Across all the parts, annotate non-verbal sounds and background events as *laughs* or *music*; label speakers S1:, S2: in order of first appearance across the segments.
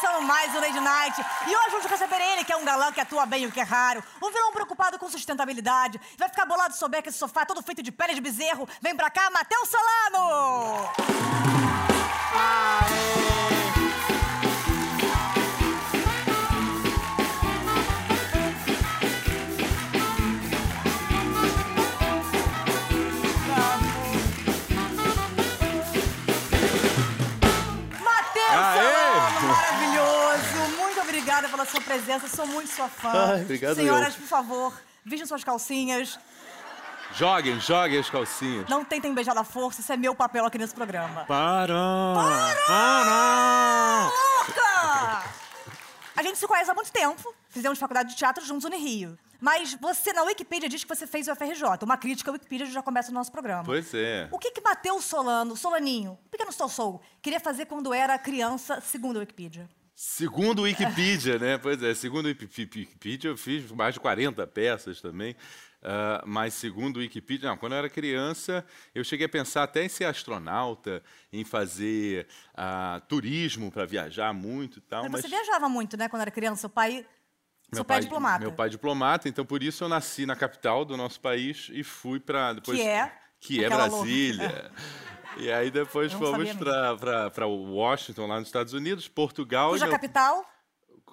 S1: tá um Lady Night. E hoje vamos receber ele, que é um galã que atua bem, o que é raro. Um vilão preocupado com sustentabilidade. Vai ficar bolado se souber que esse sofá é todo feito de pele de bezerro. Vem pra cá, Matheus Solano! Matheus
S2: Aê!
S1: Solano, maravilhoso! Muito obrigada pela sua presença, sou muito sua fã.
S3: Ai, obrigado
S1: Senhoras, por favor, vejam suas calcinhas.
S2: Joguem, joguem as calcinhas.
S1: Não tentem beijar na força, isso é meu papel aqui nesse programa.
S2: Para!
S1: Louca! A gente se conhece há muito tempo. Fizemos faculdade de teatro juntos no Rio. Mas você, na Wikipedia, diz que você fez o FRJ. Uma crítica à Wikipedia já começa o nosso programa.
S2: Pois é.
S1: O que que Matheus Solano, Solaninho, pequeno Sossou, queria fazer quando era criança, segundo a Wikipedia?
S2: Segundo o Wikipedia, né? Pois é, segundo o Wiki- Wiki- Wikipedia, eu fiz mais de 40 peças também. ah, mas segundo o Wikipedia, não, quando eu era criança, eu cheguei a pensar até em ser astronauta, em fazer ah, turismo para viajar muito e tal.
S1: Mas
S2: Mas
S1: você viajava muito, né, quando era criança? Seu pai, seu pai, é diplomata.
S2: Meu pai é diplomata, então por isso eu nasci na capital do nosso país e fui para depois
S1: Que é
S2: que é
S1: aquela louca.
S2: Brasília. E aí depois
S1: Eu não
S2: fomos
S1: sabia
S2: para Washington, lá nos Estados Unidos, Portugal. e
S1: Cuja
S2: meu-
S1: é capital...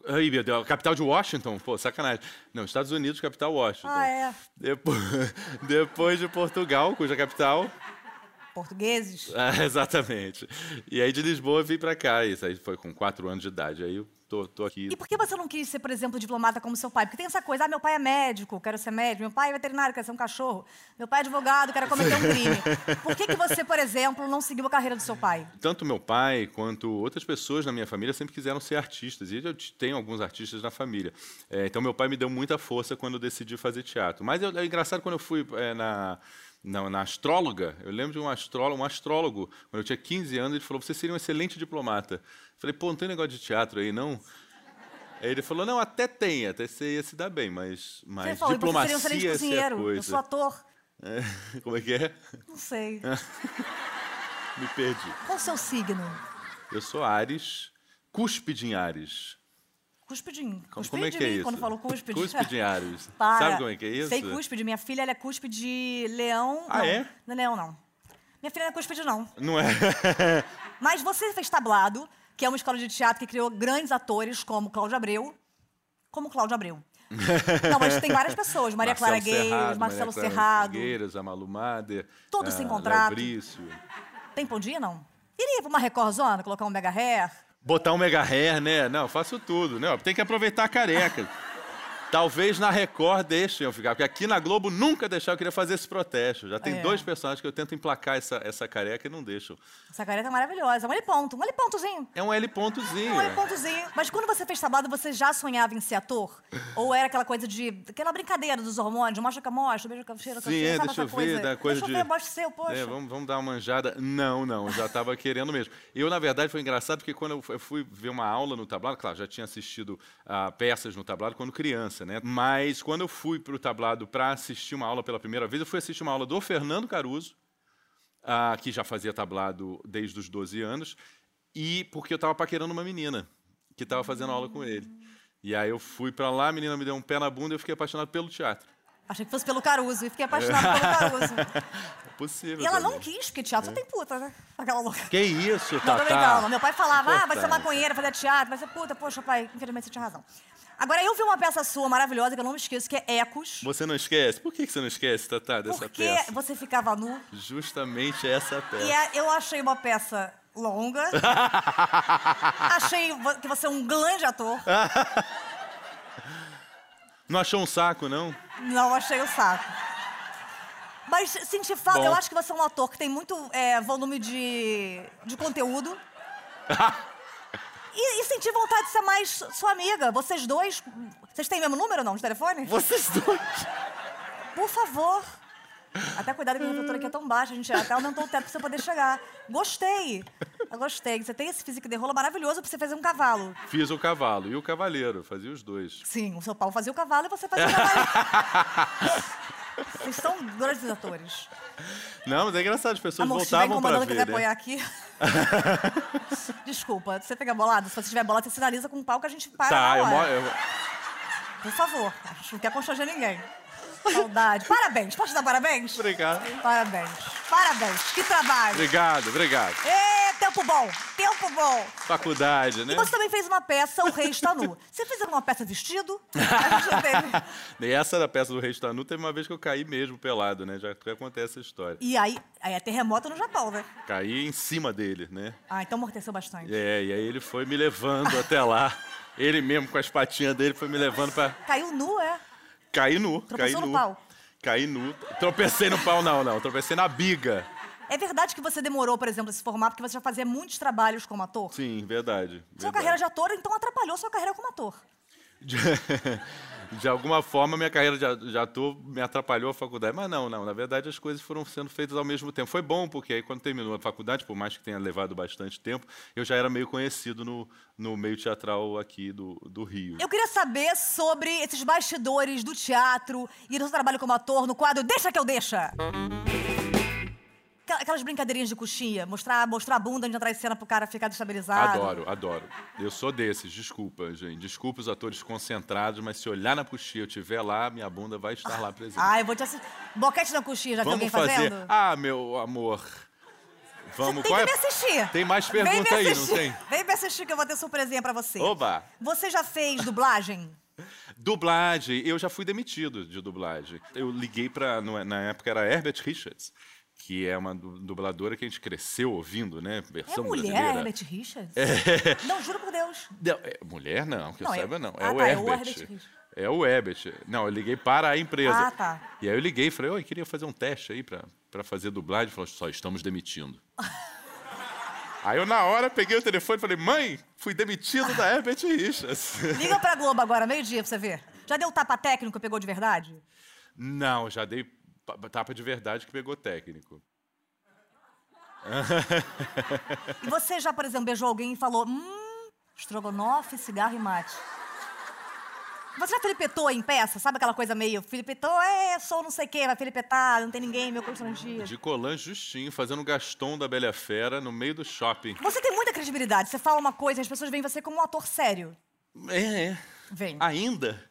S2: Ai, meu Deus, capital de Washington? Pô, sacanagem. Não, Estados Unidos, capital Washington.
S1: Ah, é.
S2: Depo- *laughs* Depois de Portugal, cuja capital *laughs*
S1: Portugueses.
S2: ah, exatamente. E aí de Lisboa eu vim pra cá. Isso aí foi com quatro anos de idade. Aí eu tô, tô aqui.
S1: E por que você não quis ser, por exemplo, diplomata como seu pai? Porque tem essa coisa, ah, meu pai é médico, quero ser médico, meu pai é veterinário, quero ser um cachorro, meu pai é advogado, quero cometer um crime. Por que, que você, por exemplo, não seguiu a carreira do seu pai?
S2: Tanto meu pai quanto outras pessoas na minha família sempre quiseram ser artistas. E eu t- tenho alguns artistas na família. É, então meu pai me deu muita força quando eu decidi fazer teatro. Mas eu- é engraçado quando eu fui é, na. Na, na astróloga, eu lembro de um astrólogo, um astrólogo, quando eu tinha 15 anos, ele falou: Você seria um excelente diplomata. Eu falei: Pô, não tem negócio de teatro aí, não? Aí ele falou: Não, até tem, até você ia se dar bem, mas,
S1: Você
S2: mas
S1: falou, e você
S2: diplomacia
S1: seria um excelente
S2: essa é a
S1: cozinheiro, eu
S2: coisa.
S1: sou ator,
S2: É, *laughs* Como é que é?
S1: não sei.
S2: Me perdi.
S1: Qual o seu signo?
S2: Eu sou Ares, cúspide em Ares.
S1: Cuspidinho.
S2: Como-
S1: Cuspide
S2: como é
S1: de
S2: que é
S1: mim
S2: isso?
S1: quando falou cúspide.
S2: Cúspide em Ares.
S1: *laughs* Para.
S2: Sabe como é que é isso?
S1: Sei cúspide, minha filha ela é cúspide de leão.
S2: Ah,
S1: não,
S2: é?
S1: Não é leão, não. Minha filha não é cúspide, não.
S2: Não é?
S1: Mas você fez Tablado, que é uma escola de teatro que criou grandes atores como Cláudio Abreu. Como Cláudio
S2: *laughs*
S1: Abreu. Não, mas tem várias pessoas. *laughs* Maria Clara Gueiros,
S2: Serrado,
S1: Marcelo
S2: Maria Clara
S1: Serrado.
S2: Figueiras, Amalu Mader.
S1: Todos sem
S2: Léo
S1: contrato.
S2: Brício.
S1: Tem pão dia, não? Iria pra uma Record Zona, colocar um mega hair?
S2: Botar um mega hair, né? Não, eu faço tudo. Não, tem que aproveitar
S1: *laughs*
S2: a careca. Talvez na Record deixem eu ficar, porque aqui na Globo nunca deixaram, eu queria fazer esse protesto. Já tem
S1: É.
S2: dois personagens que eu tento emplacar essa, essa careca e não deixam.
S1: Essa careta é maravilhosa. Um L-ponto, um L-pontozinho.
S2: É um L pontozinho.
S1: Um
S2: é.
S1: L-pontozinho. Mas quando você fez Tablado, você já sonhava em ser ator? Ou era aquela coisa de... Aquela brincadeira dos hormônios, mostra que mostra, beijo que eu cheiro, que eu
S2: Sim,
S1: cheiro,
S2: é,
S1: sabe
S2: deixa eu
S1: essa
S2: ver, da coisa
S1: deixa
S2: de...
S1: eu ver, mostra o seu, poxa.
S2: É, vamos, vamos dar uma manjada. Não, não, já estava querendo mesmo. Eu, na verdade, foi engraçado porque quando eu fu- eu fui ver uma aula no tablado, claro, já tinha assistido a peças no tablado quando criança, né? Mas quando eu fui para o tablado para assistir uma aula pela primeira vez, eu fui assistir uma aula do Fernando Caruso, ah, que já fazia tablado desde os 12 anos, e porque eu estava paquerando uma menina que estava fazendo aula com ele. E aí eu fui para lá, a menina me deu um pé na bunda e eu fiquei apaixonado pelo teatro.
S1: Achei que fosse pelo Caruso. E fiquei apaixonada
S2: *laughs*
S1: pelo Caruso.
S2: É Possível.
S1: tá, E ela
S2: também.
S1: não quis, porque teatro só tem puta, né? Aquela louca.
S2: Que isso,
S1: Não, tô brincando.
S2: Tatá?
S1: Meu pai falava, ah, vai ser
S2: Importante.
S1: maconheira, fazer teatro, vai ser puta. Poxa, pai, infelizmente você tinha razão. Agora, eu vi uma peça sua maravilhosa, que eu não me esqueço, que é Ecos.
S2: Você não esquece? Por que que você não esquece, Tatá, dessa
S1: Porque
S2: peça?
S1: você ficava nu.
S2: Justamente essa peça.
S1: E é- eu achei uma peça longa. achei vo- que você é um grande ator.
S2: Não achou um saco, não?
S1: Não achei o saco. Mas senti falta,
S2: Bom.
S1: eu acho que você é um ator que tem muito é, volume de, de conteúdo. E, e senti vontade de ser mais su- sua amiga. Vocês dois. Vocês têm o mesmo número ou não de telefone?
S2: Vocês dois.
S1: Por favor. Até cuidado que a temperatura aqui é tão baixa, a gente até aumentou o teto pra você poder chegar. Gostei. Eu gostei. Você tem esse físico de rola maravilhoso pra você fazer um cavalo.
S2: Fiz o cavalo e o cavaleiro, fazia os dois.
S1: Sim, o seu pau fazia o cavalo e você fazia o cavalo. Vocês são grandes atores.
S2: Não, mas é engraçado, as pessoas
S1: Amor, se estiver
S2: voltavam pra
S1: incomodando,
S2: ver,
S1: quiser
S2: né? *laughs*
S1: apoiar aqui. Desculpa, você fica bolado? Se você tiver bolado, você sinaliza com o pau que a gente para.
S2: tá,
S1: na
S2: eu, mo-
S1: hora.
S2: eu,
S1: Por favor, a gente não quer constranger ninguém. Saudade. Parabéns, posso dar parabéns?
S2: Obrigado.
S1: Parabéns. Parabéns, que trabalho.
S2: Obrigado, obrigado.
S1: Ê, tempo bom, tempo bom.
S2: Faculdade, né?
S1: E
S2: *laughs*
S1: você também fez uma peça, O Rei Está Nu. Você fez alguma peça vestido? A gente não teve.
S2: E essa da peça do Rei Está Nu, teve uma vez que eu caí mesmo pelado, né? Já acontece essa história.
S1: E aí, aí é terremoto no Japão, né?
S2: Caí em cima dele, né?
S1: Ah, então amorteceu bastante.
S2: É, e aí ele foi me levando até lá. Ele mesmo, com as patinhas dele, foi me levando pra.
S1: Caiu nu, é?
S2: Caí nu. caí
S1: Tropeçou no
S2: nu.
S1: pau.
S2: Caí nu. Tropecei no pau, não, não. Tropecei na biga.
S1: É verdade que você demorou, por exemplo, a se formar, porque você já fazia muitos trabalhos como ator?
S2: Sim, verdade.
S1: Sua
S2: verdade.
S1: carreira de ator, então, atrapalhou sua carreira como ator.
S2: De, *laughs* de alguma forma, minha carreira de a- de ator me atrapalhou a faculdade. Mas não, não. Na verdade, as coisas foram sendo feitas ao mesmo tempo. Foi bom, porque aí, quando terminou a faculdade, por mais que tenha levado bastante tempo, eu já era meio conhecido no, no meio teatral aqui do, do Rio.
S1: Eu queria saber sobre esses bastidores do teatro e do seu trabalho como ator no quadro Deixa que eu deixa. Aquela- Aquelas brincadeirinhas de coxinha, mostrar, mostrar a bunda de entrar em cena pro cara ficar destabilizado.
S2: Adoro, adoro. Eu sou desses, desculpa, gente. Desculpa os atores concentrados, mas se olhar na coxinha eu estiver lá, minha bunda vai estar lá presente.
S1: Ah, eu vou te assistir. Boquete na coxinha, já
S2: Vamos
S1: tem Tá alguém
S2: fazer.
S1: fazendo?
S2: Ah, meu amor. Vamos,
S1: Tem
S2: qual
S1: que
S2: é?
S1: me assistir.
S2: Tem mais
S1: Vem me
S2: pergunta aí, não
S1: assistir.
S2: tem?
S1: Vem me assistir que eu vou ter surpresinha pra você.
S2: Oba!
S1: Você já fez
S2: *laughs*
S1: dublagem?
S2: Dublagem, eu já fui demitido de dublagem. Eu liguei para na época era Herbert Richards, que é uma du- dubladora que a gente cresceu ouvindo, né?
S1: É
S2: Versão
S1: mulher,
S2: brasileira.
S1: Herbert Richards? É. Não, juro por Deus.
S2: Não, é- mulher não, que
S1: Não,
S2: eu
S1: é-
S2: saiba não. É
S1: Ah,
S2: o
S1: tá, é o
S2: Herbert.
S1: Herbert Richards.
S2: É o Herbert. Não, eu liguei para a empresa.
S1: Ah, tá.
S2: E aí eu liguei e falei, oi, queria fazer um teste aí pra pra fazer dublagem. Ele Falou, só
S1: *laughs*
S2: estamos demitindo. aí eu, na hora, peguei o telefone e falei, mãe, fui demitido da Herbert Richards. *laughs*
S1: Liga pra Globo agora, meio-dia, pra você ver. Já deu tapa técnico e pegou de verdade?
S2: não, já dei pa- tapa de verdade que pegou técnico.
S1: E você já, por exemplo, beijou alguém e falou: hum, estrogonofe, cigarro e mate. Você já filipetou em peça? Sabe aquela coisa meio filipetou? É, sou não sei o quê, vai filipetar, não tem ninguém, meu constrangido.
S2: De Colange Justinho, fazendo o Gaston da Bela e a Fera no meio do shopping.
S1: Você tem muita credibilidade. Você fala uma coisa e as pessoas veem você como um ator sério.
S2: É, é.
S1: Vem.
S2: Ainda?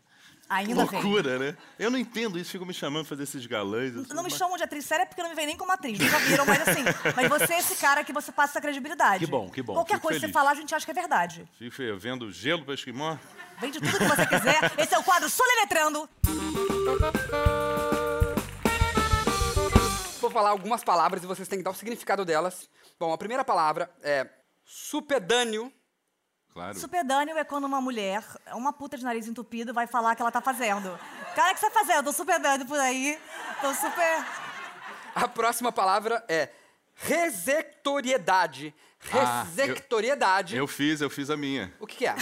S1: Ainda vem.
S2: Loucura, né? Eu não entendo isso, ficam me chamando pra fazer esses galãs. eu sou
S1: Não me
S2: uma-
S1: chamam de atriz séria porque não me vem nem como atriz. Nunca viram, mas assim. Mas você é esse cara que você passa essa credibilidade.
S2: Que bom, que bom,
S1: Qualquer
S2: fico
S1: coisa que você
S2: feliz.
S1: falar, a gente acha que é verdade.
S2: Fico fe- vendo gelo pra esquimó.
S1: Vende tudo que você quiser. Esse é o quadro Soletrando.
S3: Vou falar algumas palavras e vocês têm que dar o significado delas. Bom, a primeira palavra é supedâneo.
S2: Claro.
S1: Supedâneo é quando uma mulher, uma puta de nariz entupido, vai falar que ela tá fazendo. Cara, o que você tá fazendo? Tô supedâneo por aí. Tô super.
S3: A próxima palavra é resectoriedade.
S2: Ah, eu-
S3: Resectoriedade.
S2: Eu fiz, eu fiz a minha.
S3: O que, que é?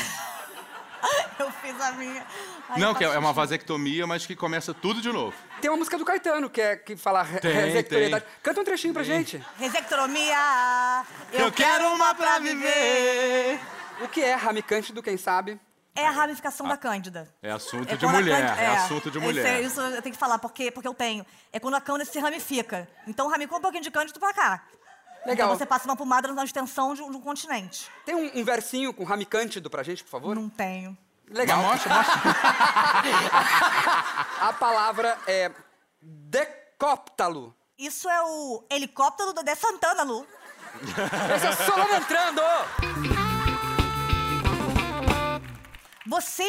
S1: Eu fiz a minha. Ai,
S2: não,
S1: eu
S2: que é
S1: faço
S2: uma
S1: xixi.
S2: vasectomia, mas que começa tudo de novo.
S3: Tem uma música do Caetano que, é, que fala re-
S2: Tem,
S3: resectoriedade. Canta um trechinho pra gente.
S1: Resectomia.
S3: O que é ramicante do quem sabe?
S1: É a ramificação da Cândida.
S2: É assunto
S1: É
S2: de
S1: quando a
S2: mulher,
S1: Cândida-
S2: é, assunto de
S1: isso é-
S2: mulher.
S1: Isso, eu tenho que falar, porque, porque eu tenho. É quando a Cândida se ramifica. Então ramicou um pouquinho de Cândido pra cá.
S3: Legal.
S1: Então você passa uma pomada na extensão de um, de um continente.
S3: Tem um, um versinho com ramicântido pra gente, por favor?
S1: Não tenho.
S3: Legal.
S2: Mas mostra, mostra.
S3: A palavra é decóptalo.
S1: Isso é o helicóptero do Dedé Santana, Lu.
S3: Esse é Solano entrando!
S1: Você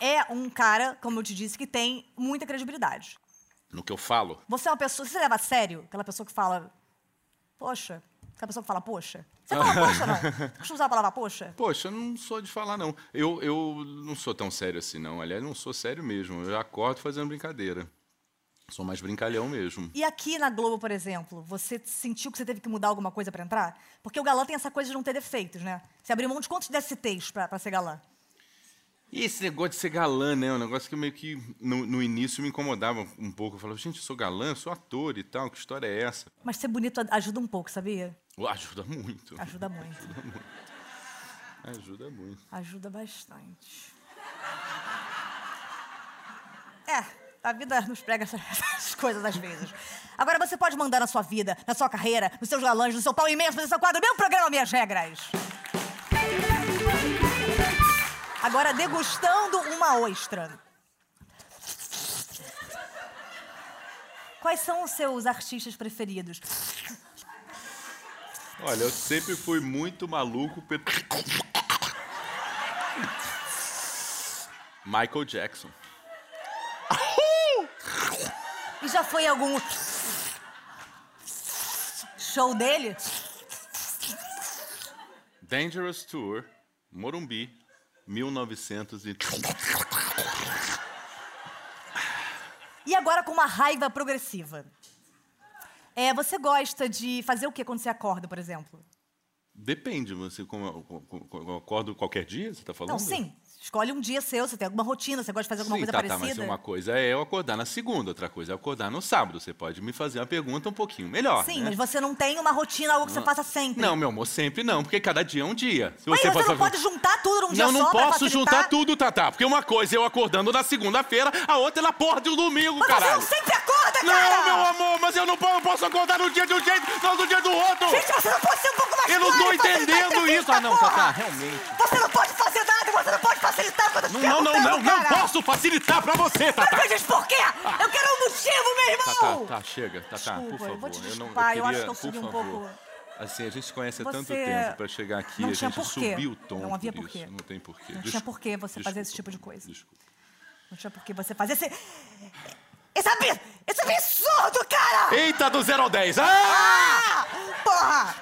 S1: é um cara, como eu te disse, que tem muita credibilidade.
S2: No que eu falo.
S1: Você é uma pessoa. Você leva a sério aquela pessoa que fala. Poxa. Aquela pessoa que fala, poxa. Você fala, poxa, não? Você costuma usar a palavra, poxa?
S2: Poxa, eu não sou de falar, não. Eu, eu não sou tão sério assim, não. Aliás, não sou sério mesmo. Eu já acordo fazendo brincadeira. Sou mais brincalhão mesmo.
S1: E aqui na Globo, por exemplo, você sentiu que você teve que mudar alguma coisa pra entrar? Porque o galã tem essa coisa de não ter defeitos, né? Você abriu mão de quantos DSTs pra, pra ser galã?
S2: E esse negócio de ser galã, né? Um negócio que meio que no, no início me incomodava um pouco. Eu falava, gente, eu sou galã, eu sou ator e tal, que história é essa?
S1: Mas ser bonito ajuda um pouco, sabia?
S2: Ué, Ajuda muito.
S1: Ajuda muito.
S2: Ajuda muito.
S1: Ajuda bastante. É. A vida nos prega essas- *laughs* essas coisas às vezes. Agora você pode mandar na sua vida, na sua carreira, nos seus galãs, no seu pau imenso, no seu quadro, meu programa, minhas regras. Agora degustando uma ostra. Quais são os seus artistas preferidos?
S2: Olha, eu sempre fui muito maluco pelo. Michael Jackson.
S1: E já foi em algum show dele?
S2: Dangerous Tour, Morumbi, 1900 e...
S1: E agora com uma raiva progressiva. É, você gosta de fazer o que quando você acorda, por exemplo?
S2: Depende, assim, você com, com- com- com- acordo qualquer dia, você tá falando?
S1: Não, sim. Escolhe um dia seu, você tem alguma rotina, você gosta de fazer alguma
S2: Sim,
S1: coisa
S2: tá, tá, mas
S1: parecida?
S2: uma coisa é eu acordar na segunda, outra coisa é eu acordar no sábado. Você pode me fazer uma pergunta um pouquinho melhor,
S1: Sim,
S2: né?
S1: mas você não tem uma rotina, algo que você faça sempre.
S2: Não, meu amor, sempre não, porque cada dia é um dia. Se
S1: mas você
S2: passar-
S1: não pode juntar tudo num dia
S2: um Não,
S1: só
S2: não
S1: pra
S2: posso
S1: facilitar?
S2: juntar tudo, Tatá, porque uma coisa é eu acordando na segunda-feira, a outra é na porra do domingo,
S1: Mas você
S2: caralho.
S1: não sempre acorda, cara!
S2: Não, meu amor, mas eu não po- eu posso acordar no dia de um jeito, não no dia do outro!
S1: Gente, você não pode ser um pouco mais
S2: Eu não
S1: claro e
S2: tô
S1: facilitar a
S2: entendendo
S1: entrevista,
S2: isso! Ah, não,
S1: porra!
S2: Tatá, realmente.
S1: Você não pode fazer nada, você não pode facilitar quando eu tô
S2: Não,
S1: te
S2: não, não, não,
S1: perguntando,
S2: não
S1: é um cara.
S2: posso facilitar pra você,
S1: Mas
S2: Tatá!
S1: me diz por quê? Eu quero um motivo, meu irmão!
S2: Tatá, tá, chega, Tatá,
S1: Desculpa,
S2: por favor.
S1: eu vou te
S2: não-
S1: desculpar, eu acho que eu
S2: por
S1: subi um
S2: favor.
S1: pouco.
S2: Assim, a gente se conhece há tanto
S1: Você-
S2: tempo pra chegar aqui,
S1: não
S2: a
S1: tinha
S2: gente
S1: porquê.
S2: subiu o tom.
S1: Não havia
S2: por isso,
S1: porquê.
S2: Não tem porquê.
S1: Não tinha
S2: Desculpa,
S1: porquê você fazer esse tipo de
S2: desculpa,
S1: coisa.
S2: Desculpa.
S1: Não tinha por que você fazer esse... Esse, ab... esse absurdo, cara!
S2: Eita, do 0 ao 10! Ah!
S1: Ah, porra!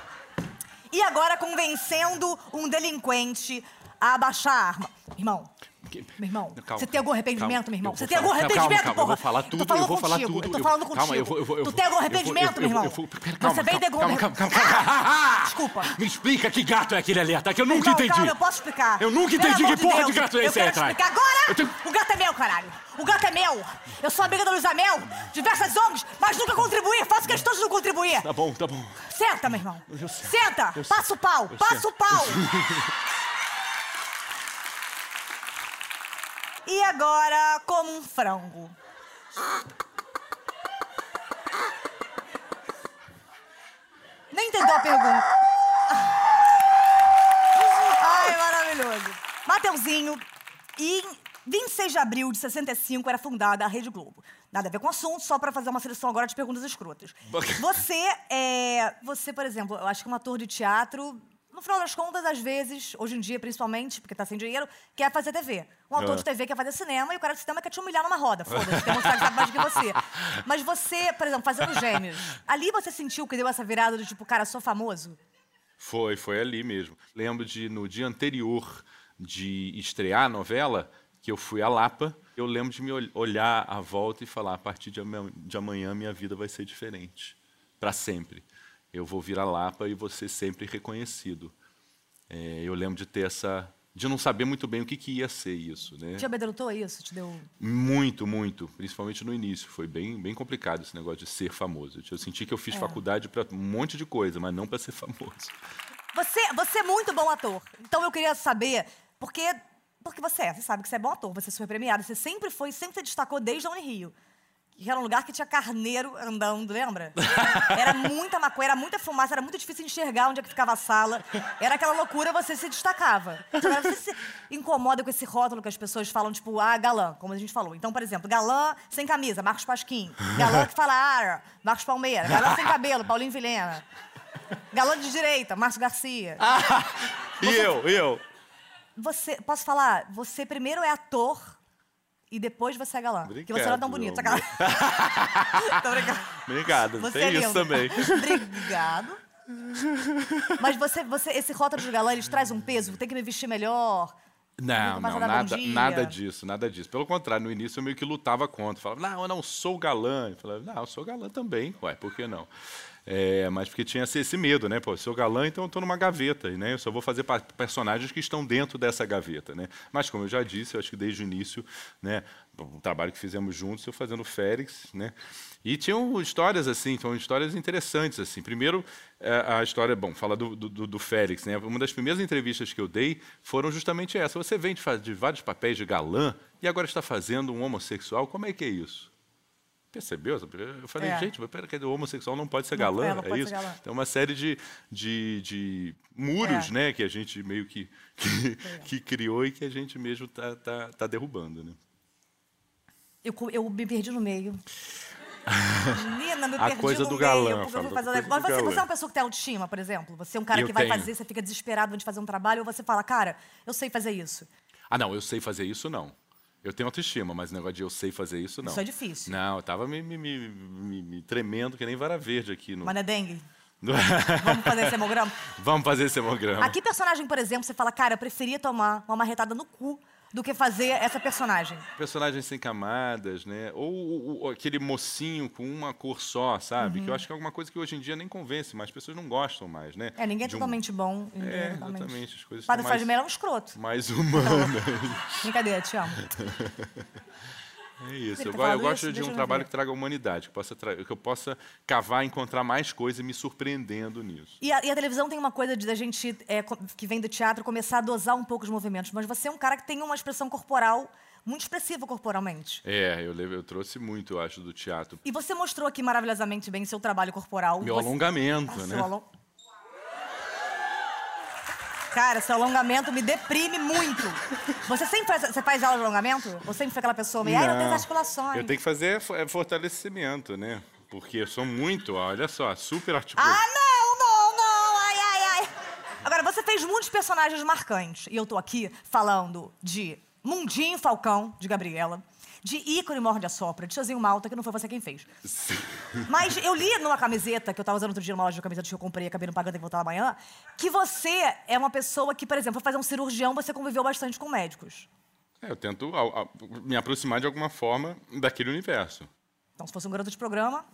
S1: E agora convencendo um delinquente a abaixar a arma. Irmão,
S2: Que-
S1: meu irmão,
S2: Calma,
S1: você tem algum arrependimento,
S2: calma,
S1: meu irmão?
S2: eu
S1: Você
S2: vou
S1: tem algum
S2: falar- calma,
S1: arrependimento,
S2: calma, eu
S1: porra?
S2: vou falar
S1: Tô
S2: tudo, eu
S1: falando
S2: vou falar
S1: contigo,
S2: tudo,
S1: Eu tô
S2: eu-
S1: falando contigo.
S2: calma, eu vou- eu vou- eu
S1: tu
S2: vou-
S1: tem algum
S2: eu vou-
S1: arrependimento,
S2: eu- eu-
S1: meu irmão?
S2: eu vou- pera, calma,
S1: você vem
S2: calma,
S1: algum...
S2: calma, calma, calma, calma.
S1: Desculpa.
S2: *laughs* Me explica que gato é aquele ali atrás, que eu nunca
S1: Não,
S2: entendi.
S1: Calma, eu posso explicar.
S2: Eu nunca
S1: Pelo
S2: entendi
S1: amor
S2: que porra
S1: Deus,
S2: de gato é esse
S1: Eu
S2: aí
S1: quero
S2: atrás.
S1: explicar agora.
S2: Eu tenho-
S1: O gato é meu, caralho. O gato é meu. Eu sou amiga da Luísa Mel, diversas ONGs, mas nunca contribuí. Faço questão de não contribuir.
S2: Tá bom, tá bom.
S1: Senta, meu irmão.
S2: Eu sei.
S1: Senta.
S2: Eu sei.
S1: Passa o pau.
S2: Eu
S1: Passa
S2: sei.
S1: o
S2: *laughs*
S1: pau. E agora, como um frango. Nem entendeu a pergunta. Ai, é maravilhoso. Mateuzinho, em 26 de abril de 65 era fundada a Rede Globo. Nada a ver com o assunto, só pra fazer uma seleção agora de perguntas escrotas. Você é. Você, por exemplo, eu acho que um ator de teatro. No final das contas, às vezes, hoje em dia principalmente, porque tá sem dinheiro, quer fazer TV. Um ator
S2: Ah.
S1: de TV quer fazer cinema e o cara de cinema quer te humilhar numa roda. Foda-se, tem um cara que sabe mais do que você. Mas você, por exemplo, fazendo gêmeos, ali você sentiu que deu essa virada do tipo, cara, sou famoso?
S2: Foi, foi ali mesmo. Lembro de no dia anterior de estrear a novela, que eu fui à Lapa, eu lembro de me ol- olhar à volta e falar: a partir de amanhã, de amanhã minha vida vai ser diferente, para sempre. Eu vou vir à Lapa e vou ser sempre reconhecido. É, eu lembro de ter essa. de não saber muito bem o que, que ia ser isso, né?
S1: Te obedeceu isso? Te deu.
S2: Muito, muito. Principalmente no início. Foi bem, bem complicado esse negócio de ser famoso. Eu senti que eu fiz faculdade para um monte de coisa, mas não para ser famoso.
S1: Você, você é muito bom ator. Então eu queria saber, porque, porque você é, você sabe que você é bom ator, você é super premiado, você sempre foi, sempre se destacou desde a Unirio. Que era um lugar que tinha carneiro andando, lembra? Era muita maconha, era muita fumaça, era muito difícil enxergar onde é que ficava a sala. Era aquela loucura, você se destacava. Agora, Você se incomoda com esse rótulo que as pessoas falam, tipo, ah, galã, como a gente falou. Então, por exemplo, galã sem camisa, Marcos Pasquim. Galã que fala, ah, Marcos Palmeira. Galã sem cabelo, Paulinho Vilhena. Galã de direita, Márcio Garcia.
S2: E eu, e eu?
S1: Você, posso falar? Você primeiro é ator e depois você é galã. Porque você não é tão bonito,
S2: Obrigado,
S1: sacanagem.
S2: *laughs*
S1: Tô brincando. *laughs*
S2: Obrigado.
S1: Você é
S2: Tem
S1: lindo.
S2: isso também.
S1: Obrigado. Mas você, você, esse rótulo de galã, eles traz um peso, tem que me vestir melhor. Nunca
S2: Não, não,
S1: passa da
S2: nada,
S1: bom dia.
S2: nada disso, nada disso. Pelo contrário, no início eu meio que lutava contra. Falava, não, eu não sou galã. Eu falava, não, eu sou galã também. Ué, por que não? É, mas porque tinha esse, esse medo, né? Pô, sou galã, então eu tô numa gaveta, né? Eu só vou fazer pa- personagens que estão dentro dessa gaveta, né? Mas como eu já disse, eu acho que desde o início, né? bom, O trabalho que fizemos juntos, eu fazendo o Félix, né? E tinham histórias assim, então histórias interessantes assim. Primeiro, é, a história, bom, fala do, do- do, do Félix, né? Uma das primeiras entrevistas que eu dei foram justamente essa. Você vem de, fa- de vários papéis de galã e agora está fazendo um homossexual. Como é que é isso? Percebeu? essa pergunta? Eu falei,
S1: É.
S2: gente, mas pera, quer dizer, o homossexual não pode ser
S1: Não-
S2: galã,
S1: é, não
S2: é
S1: pode ser
S2: isso?
S1: galã.
S2: Tem uma série de, de, de muros,
S1: É.
S2: né, que a gente meio que, que, que criou e que a gente mesmo está tá, tá derrubando, né?
S1: Eu, co- eu me perdi no meio. Menina, me
S2: A
S1: perdi
S2: coisa
S1: no
S2: do
S1: meio.
S2: galã,
S1: porque eu
S2: fala,
S1: vou fazer um
S2: coisa
S1: negócio.
S2: do
S1: Mas você,
S2: galã.
S1: você é uma pessoa que tem autoestima, por exemplo? Você é um cara
S2: Eu
S1: que vai
S2: tenho.
S1: fazer, você fica desesperado antes de fazer um trabalho, ou você fala, cara, eu sei fazer isso.
S2: Ah, não, eu sei fazer isso, não. Eu tenho autoestima, mas o negócio de eu sei fazer isso, não.
S1: Isso é difícil.
S2: Não, eu tava me, me- me- me- me tremendo que nem vara verde aqui. No... *laughs*
S1: Mas não é dengue? Vamos fazer esse hemograma?
S2: Vamos fazer esse hemograma.
S1: A que personagem, por exemplo, você fala, cara, eu preferia tomar uma marretada no cu do que fazer essa personagem?
S2: personagens sem camadas, né? Ou, o- o- aquele mocinho com uma cor só, sabe?
S1: Uhum.
S2: Que eu acho que é alguma coisa que hoje em dia nem convence, mas as pessoas não gostam mais, né?
S1: É, ninguém é
S2: De um-
S1: totalmente bom. Ninguém
S2: É, exatamente. As coisas
S1: Padre
S2: estão
S1: Fred
S2: mais,
S1: Mello é um escroto. *laughs*
S2: mais humanas.
S1: Brincadeira, te amo.
S2: É isso.
S1: Você
S2: Eu,
S1: tá
S2: go- eu
S1: falando
S2: gosto
S1: isso?
S2: de
S1: Deixa
S2: um
S1: eu
S2: trabalho
S1: ver.
S2: que traga humanidade, que, possa tra- que eu possa cavar, encontrar mais coisa e me surpreendendo nisso.
S1: E a, e a televisão tem uma coisa de da gente é, co- que vem do teatro começar a dosar um pouco os movimentos, mas você é um cara que tem uma expressão corporal muito expressiva corporalmente.
S2: É, eu, levo- eu trouxe muito, eu acho, do teatro.
S1: E você mostrou aqui maravilhosamente bem seu trabalho corporal.
S2: Meu
S1: Você-
S2: alongamento,
S1: Ah,
S2: né?
S1: seu alon- Cara, seu alongamento me deprime muito. Você sempre faz, você faz aula de alongamento? Ou sempre foi aquela pessoa meio, ai, não tenho articulações.
S2: Eu tenho que fazer fo- é fortalecimento, né? Porque eu sou muito, olha só, super articulado.
S1: Ah, não, não, não, ai, ai, ai. Agora, você fez muitos personagens marcantes. E eu tô aqui falando de Mundinho Falcão, de Gabriela, de Ícone Morde a Sopra, de Sozinho Malta, que não foi você quem fez. Mas eu li numa camiseta, que eu tava usando outro dia numa loja de camiseta que eu comprei, acabei não pagando, tenho que voltar amanhã, que você é uma pessoa que, por exemplo, pra fazer um cirurgião, você conviveu bastante com médicos.
S2: É, eu tento ao- ao- me aproximar de alguma forma daquele universo.
S1: Então, se fosse um garoto de programa,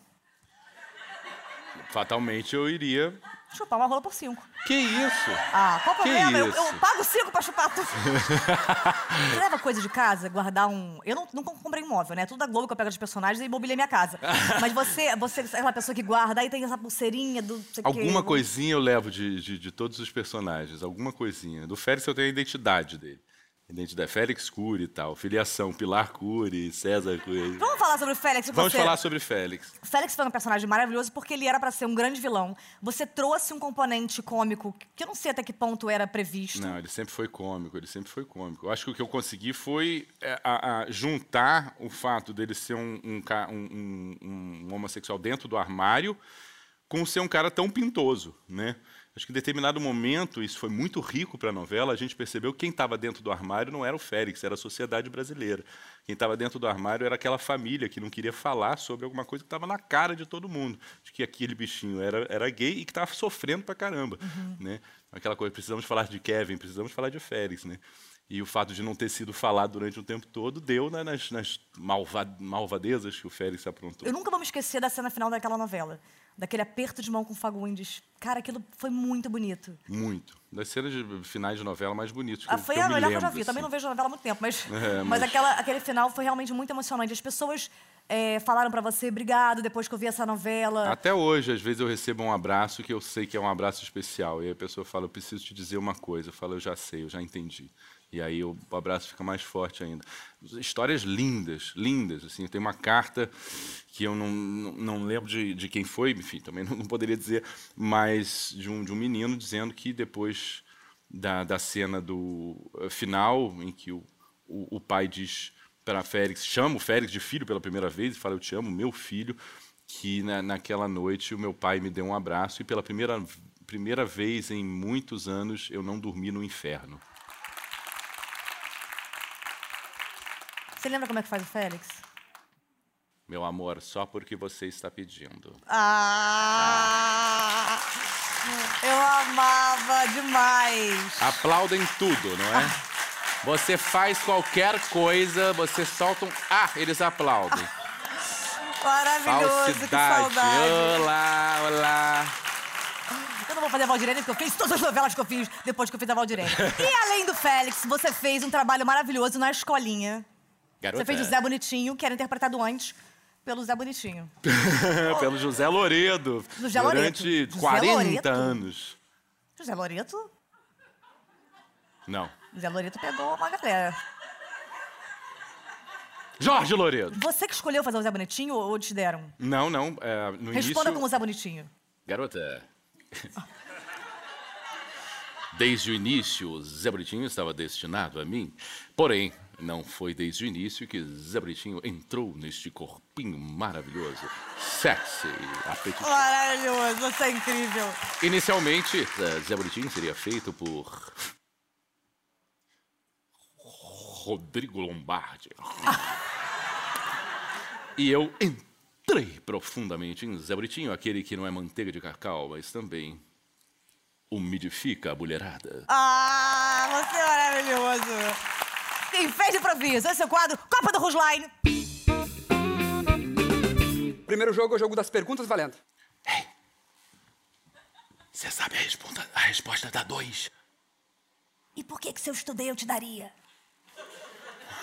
S2: Fatalmente eu iria.
S1: chupar uma rola por cinco.
S2: Que isso?
S1: Ah, qual o
S2: Que
S1: problema? Eu, eu
S2: isso?
S1: pago cinco pra chupar
S2: *laughs*
S1: tudo. Você leva coisa de casa, guardar um. Eu não, nunca comprei um móvel, né? Tudo da Globo que eu pego dos personagens e imobilei minha
S2: *laughs*
S1: casa. Mas você, você é aquela pessoa que guarda, aí tem essa pulseirinha do. não sei o quê.
S2: Alguma coisinha eu levo de, de, de todos os personagens, alguma coisinha. Do Félix eu tenho a identidade dele. Identidade. é Félix Cury e tal, filiação, Pilar Cury, César Cury.
S1: Vamos falar sobre o Félix.
S2: Vamos
S1: você...
S2: falar sobre Félix.
S1: Félix foi um personagem maravilhoso porque ele era pra ser um grande vilão. Você trouxe um componente cômico que eu não sei até que ponto era previsto.
S2: Não, ele sempre foi cômico, ele sempre foi cômico. Eu acho que o que eu consegui foi é, a- a juntar o fato dele ser um, um ca- um- um- um homossexual dentro do armário com ser um cara tão pintoso, né? Acho que em determinado momento, isso foi muito rico para a novela, a gente percebeu que quem estava dentro do armário não era o Félix, era a sociedade brasileira. Quem estava dentro do armário era aquela família que não queria falar sobre alguma coisa que estava na cara de todo mundo. De que aquele bichinho era, era gay e que estava sofrendo pra caramba.
S1: Uhum.
S2: Né? Aquela coisa, precisamos falar de Kevin, precisamos falar de Félix. Né? E o fato de não ter sido falado durante o tempo todo deu na- nas, nas malva- malvadezas que o Félix aprontou.
S1: Eu nunca vou me esquecer da cena final daquela novela. Daquele aperto de mão com o Fagundes. Cara, aquilo foi muito bonito.
S2: Muito. Das cenas de finais de novela mais bonitas que,
S1: Ah,
S2: eu-
S1: foi
S2: que eu
S1: a
S2: me
S1: melhor que
S2: lembro.
S1: eu já vi.
S2: assim.
S1: Também não vejo novela há muito tempo, mas,
S2: *laughs* É,
S1: mas...
S2: mas-
S1: aquela- aquele final foi realmente muito emocionante. As pessoas é, falaram pra você, obrigado, depois que eu vi essa novela.
S2: Até hoje, às vezes eu recebo um abraço que eu sei que é um abraço especial. E aí a pessoa fala, eu preciso te dizer uma coisa. Eu falo, eu já sei, eu já entendi. E aí o o abraço fica mais forte ainda. Histórias lindas, lindas. Assim, tem uma carta que eu não, não, não lembro de, de quem foi, enfim, também *laughs* não, não poderia dizer, mas de um, de um menino dizendo que depois da, da cena do eh, final, em que o, o, o pai diz para Félix, chama o Félix de filho pela primeira vez e fala: Eu te amo, meu filho. Que na, naquela noite o meu pai me deu um abraço e pela primeira, primeira vez em muitos anos eu não dormi no inferno.
S1: Você lembra como é que faz o Félix?
S2: Meu amor, só porque você está pedindo.
S1: Ah! Eu amava demais.
S2: Aplaudem tudo, não é? Você faz qualquer coisa, você solta um. Ah, eles aplaudem.
S1: Maravilhoso, que
S2: Falsidade.
S1: saudade.
S2: Olá, olá.
S1: Eu não vou fazer a Valdirene, porque eu fiz todas as novelas que eu fiz depois que eu fiz a Valdirene. E além do Félix, você fez um trabalho maravilhoso na escolinha.
S2: Garota.
S1: Você fez o Zé Bonitinho, que era interpretado antes pelo Zé Bonitinho.
S2: Né, Pelo José Loredo.
S1: José Loredo.
S2: durante
S1: José
S2: 40
S1: Loredo?
S2: anos.
S1: José Loreto?
S2: Não.
S1: Zé Loreto pegou uma galera.
S2: Jorge Loredo.
S1: Você que escolheu fazer o Zé Bonitinho ou te deram?
S2: Não, não. é, no
S1: Responda
S2: início...
S1: com o Zé Bonitinho.
S2: Garota. *laughs* Desde o início, Zé Britinho estava destinado a mim. Porém, não foi desde o início que Zé Britinho entrou neste corpinho maravilhoso, sexy, apetitoso.
S1: Maravilhoso, você é incrível.
S2: Inicialmente, eh, Zé Bonitinho seria feito por. Rodrigo Lombardi. e eu entrei profundamente em Zé Bonitinho, aquele que não é manteiga de cacau, mas também umidifica a mulherada.
S1: Ah, você é maravilhoso. Quem fez de improviso, esse é o quadro Copa do Rusline.
S3: Primeiro jogo é o jogo das perguntas valendo.
S2: Você sabe a resposta, a resposta da dois?
S1: E por que que se eu estudei eu te daria?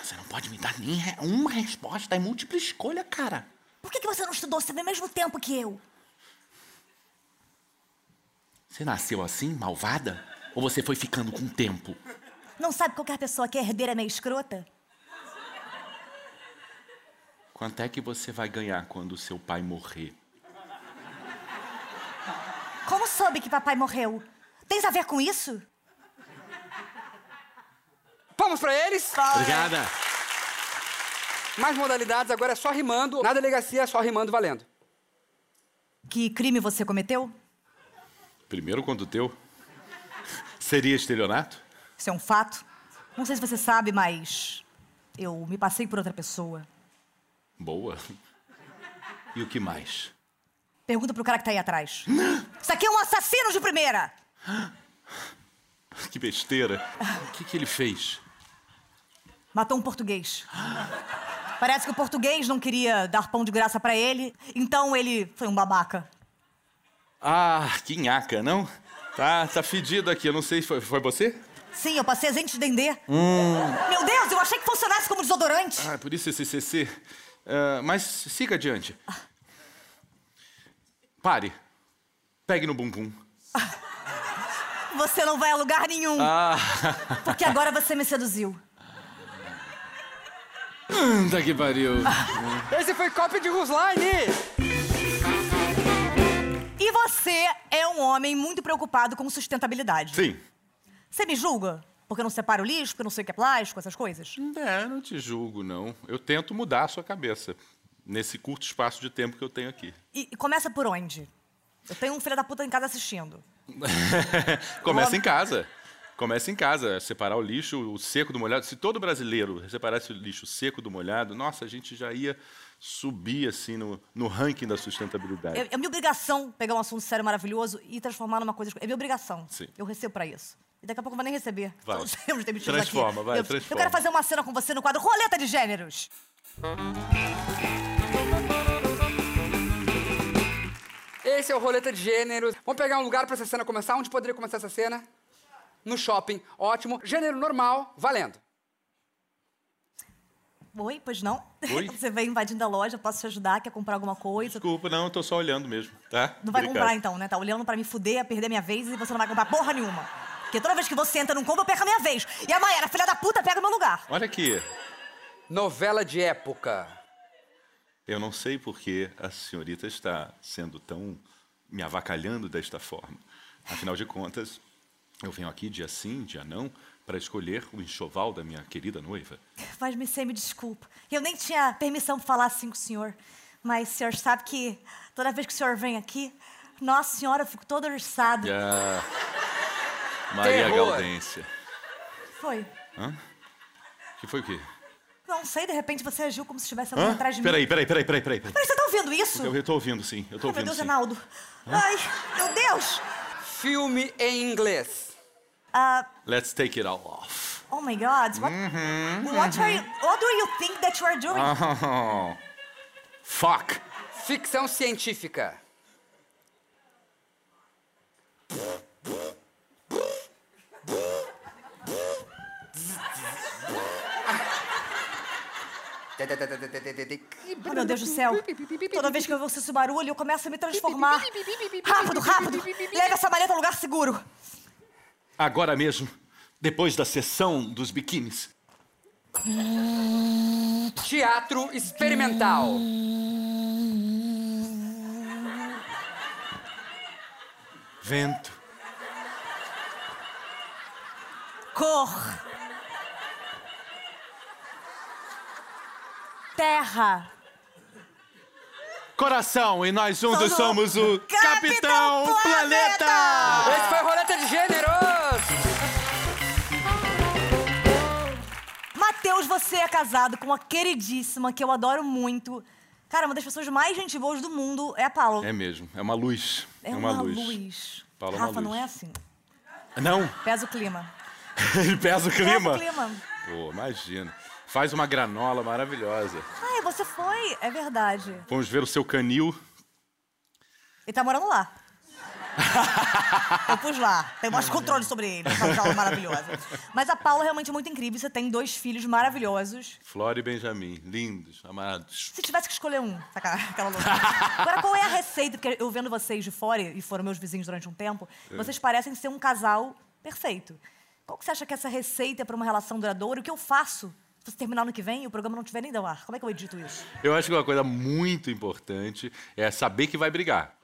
S2: Você não pode me dar nem re- uma resposta, é múltipla escolha, cara.
S1: Por que que você não estudou se no mesmo tempo que eu?
S2: Você nasceu assim, malvada? Ou você foi ficando com o tempo?
S1: Não sabe que qualquer pessoa que é herdeira é meio escrota?
S2: Quanto é que você vai ganhar quando seu pai morrer?
S1: Como soube que papai morreu? Tens a ver com isso?
S3: Palmas pra eles.
S2: Obrigada.
S3: Mais modalidades, agora é só rimando. Na delegacia é só rimando valendo.
S1: Que crime você cometeu?
S2: Primeiro quanto teu? *laughs* Seria estelionato?
S1: Isso é um fato. Não sei se você sabe, mas eu me passei por outra pessoa.
S2: Boa. E o que mais?
S1: Pergunta pro cara que tá aí *gasps* atrás. Isso aqui é um assassino de primeira!
S2: Que besteira. O que, que ele fez?
S1: Matou um português. Parece que o português não queria dar pão de graça pra ele, então ele foi um babaca.
S2: Ah, que nhaca, não? Tá, tá fedido aqui. Eu não sei, foi, foi você?
S1: Sim, eu passei azeite de dendê. Meu Deus, eu achei que funcionasse como desodorante.
S2: Ah, por isso esse CC. Ah, mas siga adiante. Pare. Pegue no bumbum.
S1: Você não vai a lugar nenhum.
S2: Ah. *laughs*
S1: Porque agora você me seduziu.
S2: Puta que pariu.
S3: Esse foi cópia de Rusline.
S1: E você é um homem muito preocupado com sustentabilidade.
S2: Sim.
S1: Você me julga? Porque eu não separo o lixo, porque eu não sei o que é plástico, essas coisas?
S2: É, não te julgo, não. Eu tento mudar a sua cabeça nesse curto espaço de tempo que eu tenho aqui.
S1: E, e começa por onde? Eu tenho um filho da puta em casa assistindo.
S2: Começa
S1: Olha.
S2: em casa. Começa em casa, separar o lixo, o seco do molhado. Se todo brasileiro separasse o lixo seco do molhado, nossa, a gente já ia subir assim no, no ranking da sustentabilidade.
S1: É, é minha obrigação pegar um assunto sério maravilhoso e transformar numa coisa. É minha obrigação.
S2: Sim.
S1: Eu recebo pra isso. E daqui a pouco eu vou nem receber.
S2: Vai.
S1: Todos os termos demitidos
S2: Transforma,
S1: aqui.
S2: vai,
S1: eu,
S2: transforma.
S1: Eu quero fazer uma cena com você no quadro Roleta de Gêneros.
S3: Esse é o Roleta de Gêneros. Vamos pegar um lugar pra essa cena começar. Onde poderia começar essa cena? No shopping. Ótimo. Gênero normal, valendo.
S1: Oi, pois não?
S2: Oi.
S1: *laughs* Você vem invadindo a loja, posso te ajudar? Quer comprar alguma coisa?
S2: Desculpa, não, eu tô só olhando mesmo, tá?
S1: Não vai
S2: Obrigado.
S1: comprar então, né? Tá olhando pra me fuder, perder minha vez e você não vai comprar porra nenhuma. Porque toda vez que você entra num combo, eu perco a minha vez. E a Mayara, filha da puta, pega o meu lugar.
S2: Olha aqui.
S3: Novela de época.
S2: Eu não sei por que a senhorita está sendo tão me avacalhando desta forma. Afinal de contas, eu venho aqui dia sim, dia não, para escolher o enxoval da minha querida noiva.
S1: Mas me sei, me desculpa. Eu nem tinha permissão pra falar assim com o senhor. Mas o senhor sabe que toda vez que o senhor vem aqui, nossa senhora, eu fico todo orçado. *laughs*
S2: Maria
S3: Terror.
S2: Gaudência.
S1: Foi.
S2: Que foi o quê?
S1: Não sei, de repente você agiu como se estivesse alguém atrás de mim.
S2: Peraí, peraí, peraí, peraí, peraí. peraí.
S1: Peraí, você tá ouvindo isso?
S2: Eu estou ouvindo, sim. Eu estou
S1: Ai, meu
S2: ouvindo,
S1: Deus,
S2: sim.
S1: Reinaldo. Ai, meu Deus!
S3: Filme em inglês.
S1: Ah,
S2: Let's take it all off.
S1: oh my God, what,
S2: Uhum,
S1: what, are you, what do you think that you are doing?
S2: Fuck!
S3: Ficção científica.
S1: Oh, meu Deus do céu. Toda vez que eu ouço esse barulho, eu começo a me transformar. Rápido, rápido. Leve essa maleta a um lugar seguro.
S2: Agora mesmo, depois da sessão dos biquínis.
S3: Teatro experimental.
S2: Vento,
S1: Cor. Terra.
S2: coração, e nós juntos
S1: Somos
S2: somos o
S1: Capitão
S2: Capitão, Planeta!
S1: Planeta!
S3: Esse foi Roleta de Gêneros.
S1: Matheus, você é casado com uma queridíssima que eu adoro muito. Cara, uma das pessoas mais gente boas do mundo é a Paula.
S2: É mesmo, é uma luz. É, uma, luz. Paula é uma
S1: Rafa, não
S2: luz.
S1: é assim.
S2: Não, *laughs*
S1: Pesa o clima.
S2: ele pesa o clima.
S1: Pesa o clima.
S2: Pô, imagina. Faz uma granola maravilhosa.
S1: Ai, você foi. É verdade.
S2: Vamos ver o seu canil.
S1: Ele tá morando lá. Eu pus lá. Tenho mais controle sobre ele. Essa jaula maravilhosa. Mas a Paula é realmente muito incrível. Você tem dois filhos maravilhosos.
S2: Flora e Benjamin, lindos, amados.
S1: Se tivesse que escolher um, sacanagem, aquela louca. Agora, qual é a receita? Porque eu vendo vocês de fora, e foram meus vizinhos durante um tempo, vocês parecem ser um casal perfeito. Qual que você acha que é essa receita para uma relação duradoura? O que eu faço se você terminar ano que vem e o programa não tiver nem deu ar? Como é que eu edito isso?
S2: Eu acho que uma coisa muito importante é saber que vai brigar,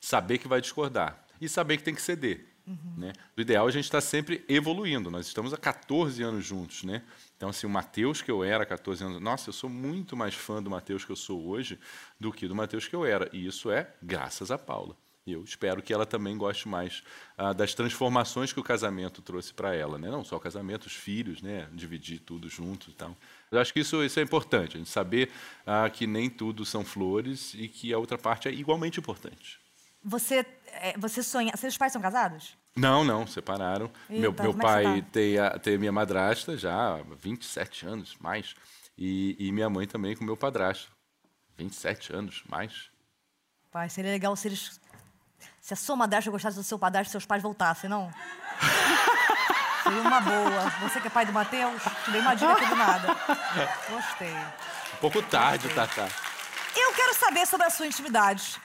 S2: saber que vai discordar e saber que tem que ceder. Né? O ideal é a gente estar sempre evoluindo. Nós estamos há 14 anos juntos, né? Então, assim, o Matheus que eu era há 14 anos, nossa, eu sou muito mais fã do Matheus que eu sou hoje do que do Matheus que eu era. E isso é graças a Paula. E eu espero que ela também goste mais ah, das transformações que o casamento trouxe para ela, né? Não só o casamento, os filhos, né? Dividir tudo junto e tal. Eu acho que isso, isso é importante, a gente saber ah, que nem tudo são flores e que a outra parte é igualmente importante.
S1: Você, é, você sonha. Seus pais são casados?
S2: Não, não, separaram.
S1: Eita,
S2: meu meu
S1: como é que você
S2: pai
S1: tá?
S2: tem, a, tem a minha madrasta já há 27 anos, mais. E, e minha mãe também com meu padrasto. 27 anos, mais.
S1: Pai, seria legal se eles. Se a sua madrasta gostasse do seu padrasto, seus pais voltassem, não? Seria uma boa. Você que é pai do Matheus, te dei uma dica aqui do nada. Gostei.
S2: Um pouco tarde, Tatá.
S1: Eu quero saber sobre a sua intimidade.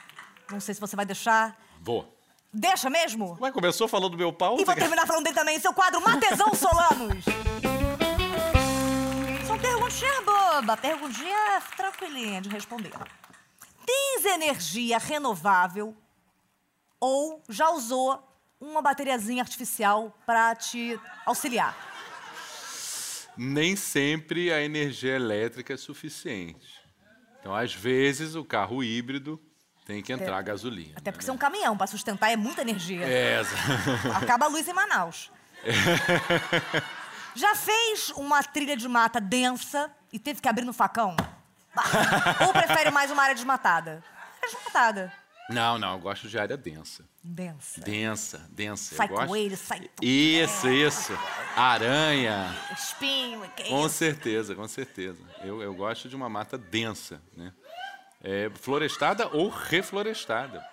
S1: Não sei se você vai deixar.
S2: Boa.
S1: Deixa mesmo?
S2: Mas começou falando do meu pau?
S1: E vou terminar falando dele também, seu quadro Matesão Solanos. São perguntinhas boba, perguntinha tranquilinha de responder. Tens energia renovável ou já usou uma bateriazinha artificial pra te auxiliar?
S2: nem sempre a energia elétrica é suficiente. Então, às vezes, o carro híbrido tem que entrar gasolina.
S1: Até porque você é um caminhão, pra sustentar é muita energia.
S2: É, exa- *laughs*
S1: Acaba a luz em Manaus. Já fez uma trilha de mata densa e teve que abrir no facão? Bah. Ou prefere mais uma área desmatada? Área desmatada.
S2: não, não, eu gosto de área densa.
S1: Densa.
S2: Densa, densa.
S1: Sai
S2: eu gosto.
S1: coelho, sai tu-
S2: Isso, isso. Aranha.
S1: espinho, que é
S2: Com
S1: isso.
S2: certeza, com certeza. Eu, eu gosto de uma mata densa, né? É, florestada ou reflorestada.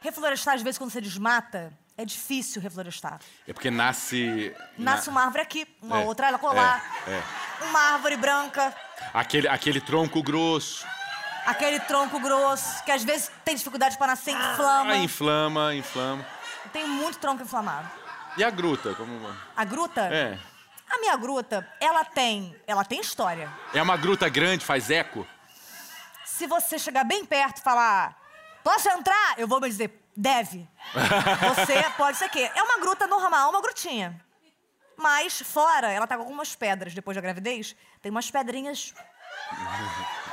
S1: Reflorestar, às vezes, quando você desmata, é difícil reflorestar.
S2: É porque nasce.
S1: Nasce
S2: na-
S1: uma árvore aqui, uma
S2: É,
S1: outra, ela colar.
S2: é, é.
S1: Uma árvore branca,
S2: Aquele, aquele tronco grosso.
S1: aquele tronco grosso, que às vezes tem dificuldade pra nascer, inflama.
S2: Ah, inflama, inflama.
S1: Tem muito tronco inflamado.
S2: E a gruta? Como...
S1: A gruta?
S2: É.
S1: A minha gruta, ela tem, ela tem história.
S2: É uma gruta grande, faz eco?
S1: Se você chegar bem perto e falar, posso entrar? Eu vou me dizer,
S2: *laughs*
S1: deve. Você pode ser que. É uma gruta normal, uma grutinha. Mas fora, ela tá com algumas pedras depois da gravidez. Tem umas pedrinhas.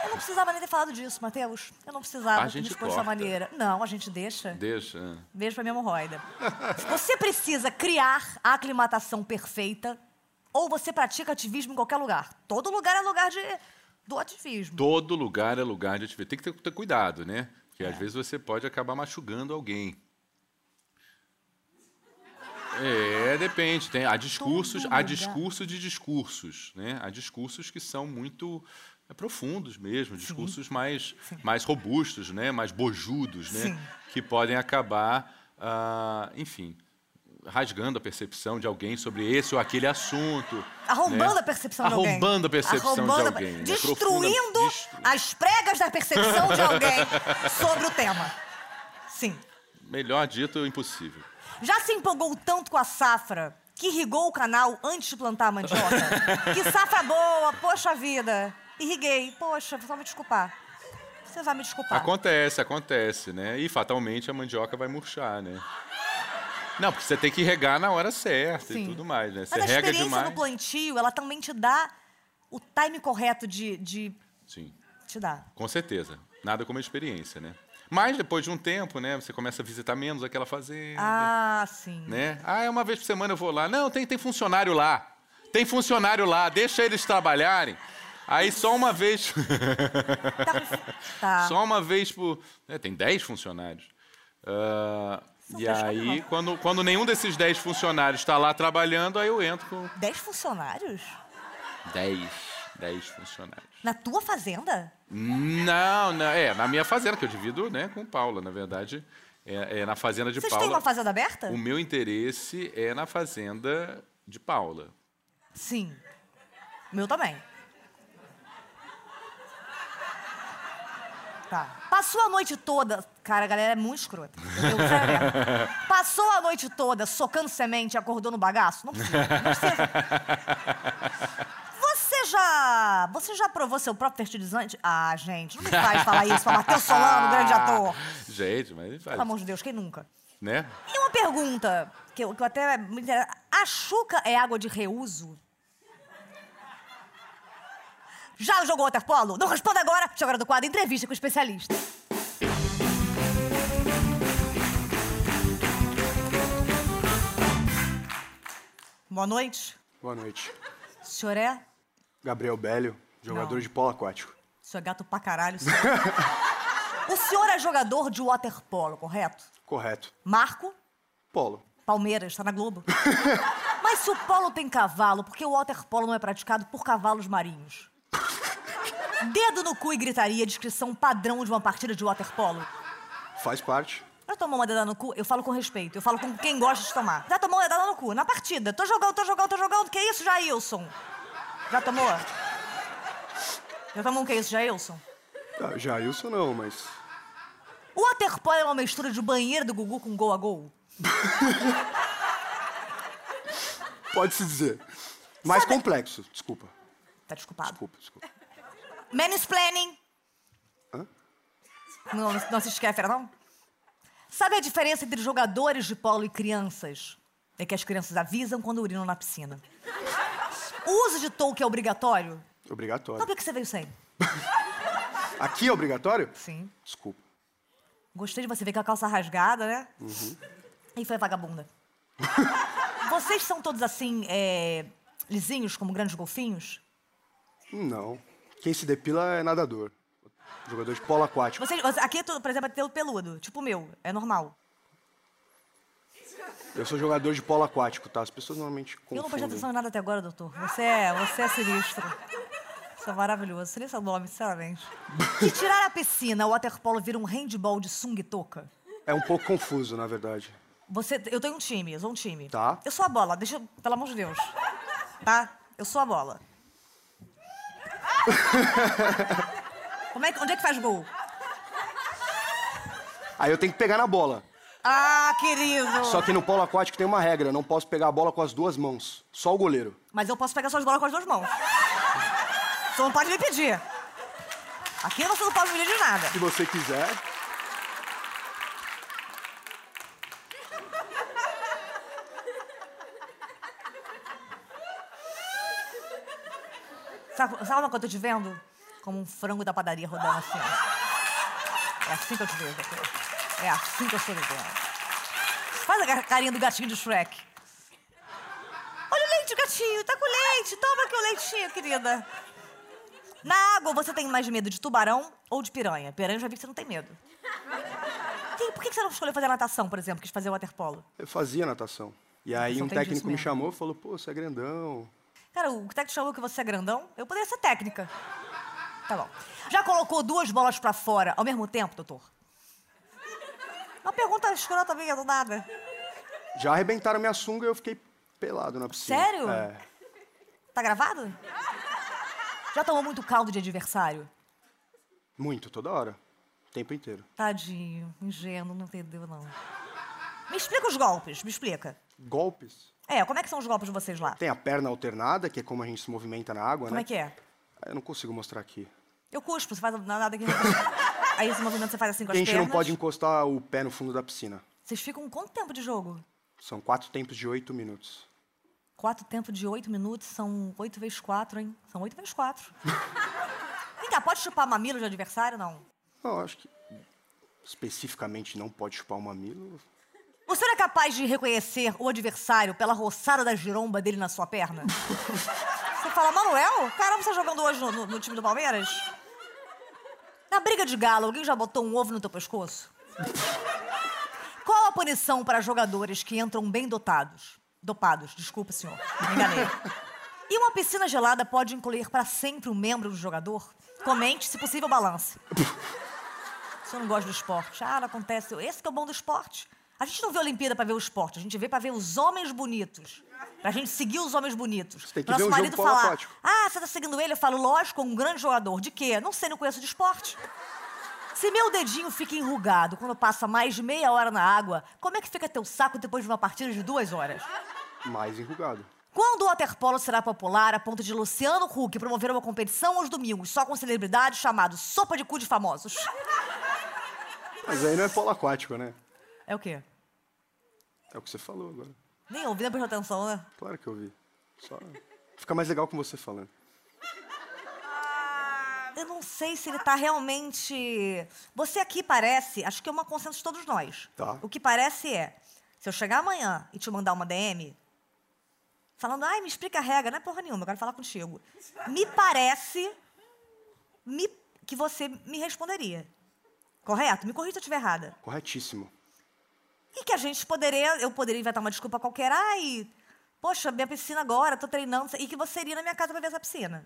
S1: Eu não precisava nem ter falado disso, Matheus. Eu não precisava
S2: A
S1: que me
S2: gente
S1: expôs dessa
S2: corta.
S1: maneira. Não, a gente deixa.
S2: Deixa. né?
S1: Beijo pra minha hemorroida. Você precisa criar a aclimatação perfeita ou você pratica ativismo em qualquer lugar. Todo lugar é lugar de, do ativismo.
S2: Todo lugar é lugar de atividade. Tem que ter, ter cuidado, né?
S1: É. *laughs*
S2: Porque às vezes você pode acabar machucando alguém. É, depende. Tem, há discursos,
S1: Todo
S2: há
S1: lugar.
S2: discurso de discursos, né? Há discursos que são muito é, profundos mesmo, discursos mais mais robustos, né? Mais bojudos, né?
S1: Sim.
S2: Que podem acabar, ah, enfim, rasgando a percepção de alguém sobre esse ou aquele assunto.
S1: Arrombando
S2: né?
S1: a percepção de alguém.
S2: Arrombando a percepção de
S1: Arrombando a-
S2: alguém. né?
S1: Destruindo
S2: Profunda- destru-
S1: as pregas da percepção de alguém sobre o tema. Sim.
S2: Melhor dito, impossível.
S1: Já se empolgou tanto com a safra que irrigou o canal antes de plantar a
S2: *laughs*
S1: mandioca? que safra boa, poxa vida. Irriguei. Poxa, só me desculpar. Você vai me desculpar.
S2: Acontece, acontece, né? E fatalmente a mandioca vai murchar, né? Não, porque você tem que regar na hora certa
S1: Sim.
S2: e tudo mais, né? Você
S1: Mas a
S2: rega
S1: experiência
S2: demais.
S1: no plantio, ela também te dá o time correto de... de
S2: Sim,
S1: te dá.
S2: com certeza. Nada como a experiência, né? Mas depois de um tempo, né? Você começa a visitar menos aquela fazenda,
S1: Ah, sim.
S2: né? Ah, é uma vez por semana eu vou lá. Não, tem, tem funcionário lá. Tem funcionário lá, deixa eles trabalharem. Aí só uma vez. *laughs*
S1: Tá.
S2: Só uma vez por. é, tem 10 funcionários. Ah,
S1: São
S2: e
S1: dez cada
S2: aí,
S1: um.
S2: quando, quando nenhum desses 10 funcionários está lá trabalhando, aí eu entro com
S1: Dez funcionários?
S2: 10. 10 funcionários.
S1: Na tua fazenda?
S2: Não, não, é, na minha fazenda, que eu divido né, com Paula, na verdade. É, é na fazenda de
S1: Vocês
S2: Paula.
S1: têm uma fazenda aberta?
S2: O meu interesse é na fazenda de Paula.
S1: Sim. Meu também. Tá. Passou a noite toda. Cara, a galera é muito escrota. Eu, eu- sério mesmo. Passou a noite toda socando semente e acordou no bagaço? Não precisa. Não precisa. Você já. Você já provou seu próprio fertilizante? Ah, gente, não me faz falar isso pra Matheus Solano, grande ator.
S2: Ah, Gente, mas faz,
S1: Pelo amor de Deus, quem nunca?
S2: né?
S1: E uma pergunta, que eu, que eu até me interessa. A chuca é água de reuso? Já jogou water polo? Não responda agora. Chega a hora do quadro Entrevista com o Especialista. Boa noite.
S4: Boa noite.
S1: O senhor é?
S4: Gabriel Bélio, jogador
S1: Não.
S4: de polo aquático.
S1: O senhor é gato pra caralho. senhor. o senhor é jogador de water polo, correto?
S4: Correto.
S1: Marco?
S4: Polo.
S1: Palmeiras, tá na Globo. Mas se o polo tem cavalo, por que o waterpolo não é praticado por cavalos marinhos? Dedo no cu e gritaria, descrição padrão de uma partida de waterpolo.
S4: Faz parte.
S1: Eu tomo uma dedada no cu, eu falo com respeito. Eu falo com quem gosta de tomar. Já tomou uma dedada no cu, na partida. Tô jogando, tô jogando, tô jogando. Que isso, Jailson? Já tomou? Já tomou um que isso, Jailson?
S4: Ah, Jailson não, mas.
S1: O waterpolo é uma mistura de banheiro do Gugu com gol a gol?
S4: Pode-se dizer. Mais
S1: Sabe-
S4: complexo. Desculpa.
S1: Tá desculpado.
S4: Desculpa, desculpa.
S1: Mansplaining.
S4: Hã?
S1: Não, não se esquece, não? Sabe a diferença entre jogadores de polo e crianças? É que as crianças avisam quando urinam na piscina. O uso de touca é obrigatório? Então
S4: Obrigatório.
S1: por que você veio sem?
S4: Aqui é obrigatório?
S1: Sim.
S4: Desculpa.
S1: Gostei de você ver com a calça rasgada, né? E foi vagabunda. Vocês são todos assim, é, lisinhos, como grandes golfinhos?
S4: Não. Quem se depila é nadador. Jogador de polo aquático.
S1: Vocês, aqui, é tudo, por exemplo, é pelo peludo, tipo o meu, é normal.
S4: Eu sou jogador de polo aquático, tá? As pessoas normalmente
S1: Eu não prestei
S4: confundem.
S1: atenção em nada até agora, doutor. Você é, você é sinistro. Você é maravilhoso. Sinistro é o nome, sinceramente. Se tirar a piscina, o waterpolo vira um handball de sunga e touca.
S4: É um pouco confuso, na verdade.
S1: Você, eu tenho um time, eu sou um time.
S4: Tá.
S1: Eu sou a bola, deixa, eu- pelo amor de Deus. Tá? Eu sou a
S4: *laughs*
S1: bola. Como é que, onde é que faz gol?
S4: Aí eu tenho que pegar na bola.
S1: Ah, querido!
S4: Só que no polo aquático tem uma regra: não posso pegar a bola com as duas mãos. Só o goleiro.
S1: Mas eu posso pegar suas bolas com as duas mãos. Você não pode me pedir. Aqui você não pode me pedir nada.
S4: Se você quiser.
S1: Sabe, sabe uma coisa que eu tô te vendo? Como um frango da padaria rodando assim. ó. É assim que eu te vejo, doutor. É assim que eu estou vendo. Faz a ca- carinha do gatinho do Shrek. Olha o leite, gatinho. Tá com leite. Toma aqui o leitinho, querida. Na água, você tem mais medo de tubarão ou de piranha? Piranha, eu já vi que você não tem medo. Tem- Por que que você não escolheu fazer natação, por exemplo, quis fazer waterpolo?
S4: Eu fazia natação. E aí
S1: Só
S4: um
S1: tem disso
S4: técnico me
S1: mesmo.
S4: chamou e falou, pô, você é grandão.
S1: Cara, o técnico chamou que você é grandão? Eu poderia ser técnica. Tá bom. Já colocou duas bolas pra fora ao mesmo tempo, doutor? Uma pergunta escrota minha, do nada.
S4: Já arrebentaram minha sunga e eu fiquei pelado na piscina.
S1: Sério?
S4: É.
S1: Tá gravado? Já tomou muito caldo de adversário?
S4: Muito, toda hora. O tempo inteiro.
S1: Tadinho, ingênuo, não entendeu, não. Me explica os golpes, me explica.
S4: Golpes.
S1: É, como é que são os golpes de vocês lá?
S4: Tem a perna alternada, que é como a gente se movimenta na água,
S1: Como
S4: né?
S1: é que é?
S4: Eu não consigo mostrar aqui.
S1: Eu cuspo, você faz nada aqui. *laughs* Aí esse movimento você faz assim com
S4: a gente
S1: as pernas.
S4: não pode encostar o pé no fundo da piscina.
S1: Vocês ficam um quanto tempo de jogo?
S4: São quatro tempos de oito minutos.
S1: Quatro tempos de oito minutos são oito vezes quatro, hein? São oito vezes quatro. *laughs* Vem cá, pode chupar mamilo de adversário, não?
S4: Não, acho que especificamente não pode chupar o mamilo.
S1: Você não é capaz de reconhecer o adversário pela roçada da giromba dele na sua perna? Você fala, Manuel? Caramba, você tá jogando hoje no, no- no time do Palmeiras? Na briga de galo, alguém já botou um ovo no teu pescoço? Qual a punição para jogadores que entram bem dotados? Dopados, desculpa, senhor. Me enganei. E uma piscina gelada pode incluir para sempre um membro do jogador? Comente, se possível,
S4: *laughs*
S1: balance. Se eu não gosta do esporte. Ah, não acontece. Esse que é o bom do esporte. A gente não vê a Olimpíada pra ver o esporte, a gente vê pra ver os homens bonitos. Pra gente seguir os homens bonitos.
S4: Você tem que
S1: Nosso
S4: ver um jogo
S1: marido
S4: polo
S1: falar,
S4: aquático.
S1: Ah, você tá seguindo ele? Eu falo, lógico, um grande jogador. De quê? Não sei, não conheço de esporte. Se meu dedinho fica enrugado quando passa mais de meia hora na água, como é que fica teu saco depois de uma partida de duas horas?
S4: Mais enrugado.
S1: Quando o waterpolo será popular a ponto de Luciano Huck promover uma competição aos domingos só com celebridades chamado Sopa de Cu de Famosos?
S4: Mas aí não é polo aquático, né?
S1: É o quê?
S4: É o que você falou agora.
S1: Nem ouvi, nem prestou atenção, né?
S4: Claro que eu vi. Só... Fica mais legal com você falando.
S1: Eu não sei se ele tá realmente. Você aqui parece, acho que é uma consenso de todos nós.
S4: Tá.
S1: O que parece é: se eu chegar amanhã e te mandar uma DM, falando, ai, me explica a regra, não é porra nenhuma, eu quero falar contigo. Me parece me- que você me responderia. Correto? Me corrija se eu estiver errada.
S4: Corretíssimo.
S1: E que a gente poderia, eu poderia inventar uma desculpa qualquer, ai, poxa, minha piscina agora, tô treinando, e que você iria na minha casa pra ver essa piscina.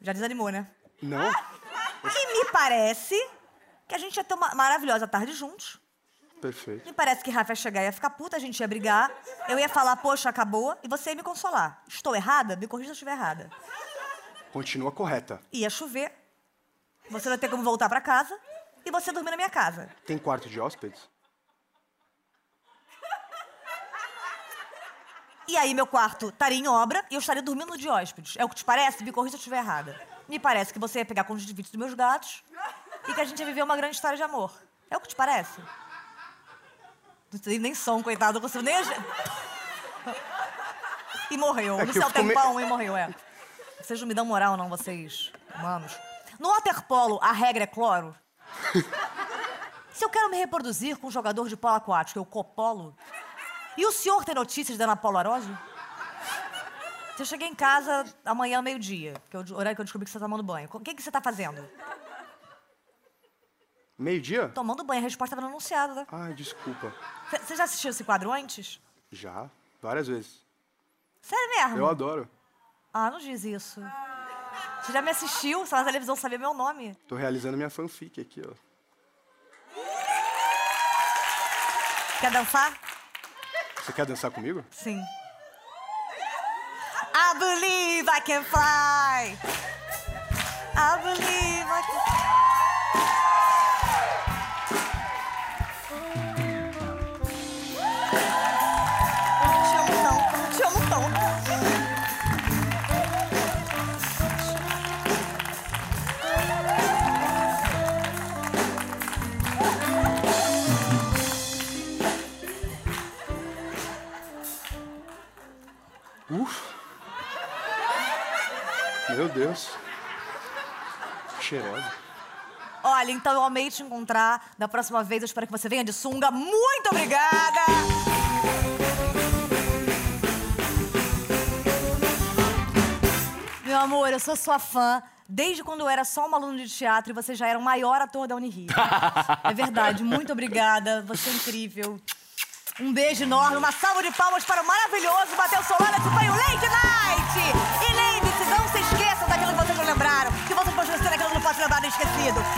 S1: Já desanimou, né?
S4: Não?
S1: E me parece que a gente ia ter uma maravilhosa tarde juntos.
S4: Perfeito.
S1: Me parece que Rafa ia chegar e ia ficar puta, a gente ia brigar. Eu ia falar, poxa, acabou, e você ia me consolar. Estou errada? Me corrija se eu estiver errada.
S4: Continua correta.
S1: Ia chover, você não ia ter como voltar pra casa, e você ia dormir na minha casa.
S4: Tem quarto de hóspedes?
S1: E aí meu quarto estaria em obra e eu estaria dormindo de hóspedes. É o que te parece? Me corrija se eu estiver errada. Me parece que você ia pegar conjuntivite dos meus gatos e que a gente ia viver uma grande história de amor. É o que te parece? Não tem nem som, coitado, não consigo nem... ag- E morreu.
S4: É
S1: no
S4: que eu
S1: céu
S4: fico meio-
S1: tempão e morreu, é. Vocês não me dão moral, não, vocês humanos. No waterpolo, a regra é
S4: *laughs*
S1: cloro? Se eu quero me reproduzir com um jogador de polo aquático, eu copolo? E o senhor tem notícias da Ana Paula Arósio? Se eu cheguei em casa amanhã, meio-dia, que é o horário que eu descobri que você tá tomando banho. O que, que você tá fazendo?
S4: Meio-dia?
S1: Tomando banho, a resposta estava anunciada. né?
S4: Ai, desculpa.
S1: C- Você já assistiu esse quadro antes?
S4: Já? Várias vezes.
S1: Sério mesmo?
S4: Eu adoro.
S1: Ah, não diz isso. Você já me assistiu, só na televisão sabia meu nome.
S4: Tô realizando minha fanfic aqui, ó.
S1: Quer dançar?
S4: Você quer dançar comigo?
S1: Sim. I believe I can fly. I believe I can. Te amo tão, te amo tão.
S4: Uf! Meu Deus. Cheirosa.
S1: Olha, então eu amei te encontrar. Da próxima vez eu espero que você venha de sunga. Muito obrigada! Meu amor, eu sou sua fã. Desde quando eu era só um aluno de teatro e você já era o maior ator da Unirio. é verdade, muito obrigada. Você é incrível. Um beijo enorme, uma salva de palmas para o maravilhoso Matheus Solana, que foi o Late Night! E lembre-se, não se esqueçam daquilo que vocês não lembraram, que vocês podem esquecer daquilo que não pode lembrar nem esquecido.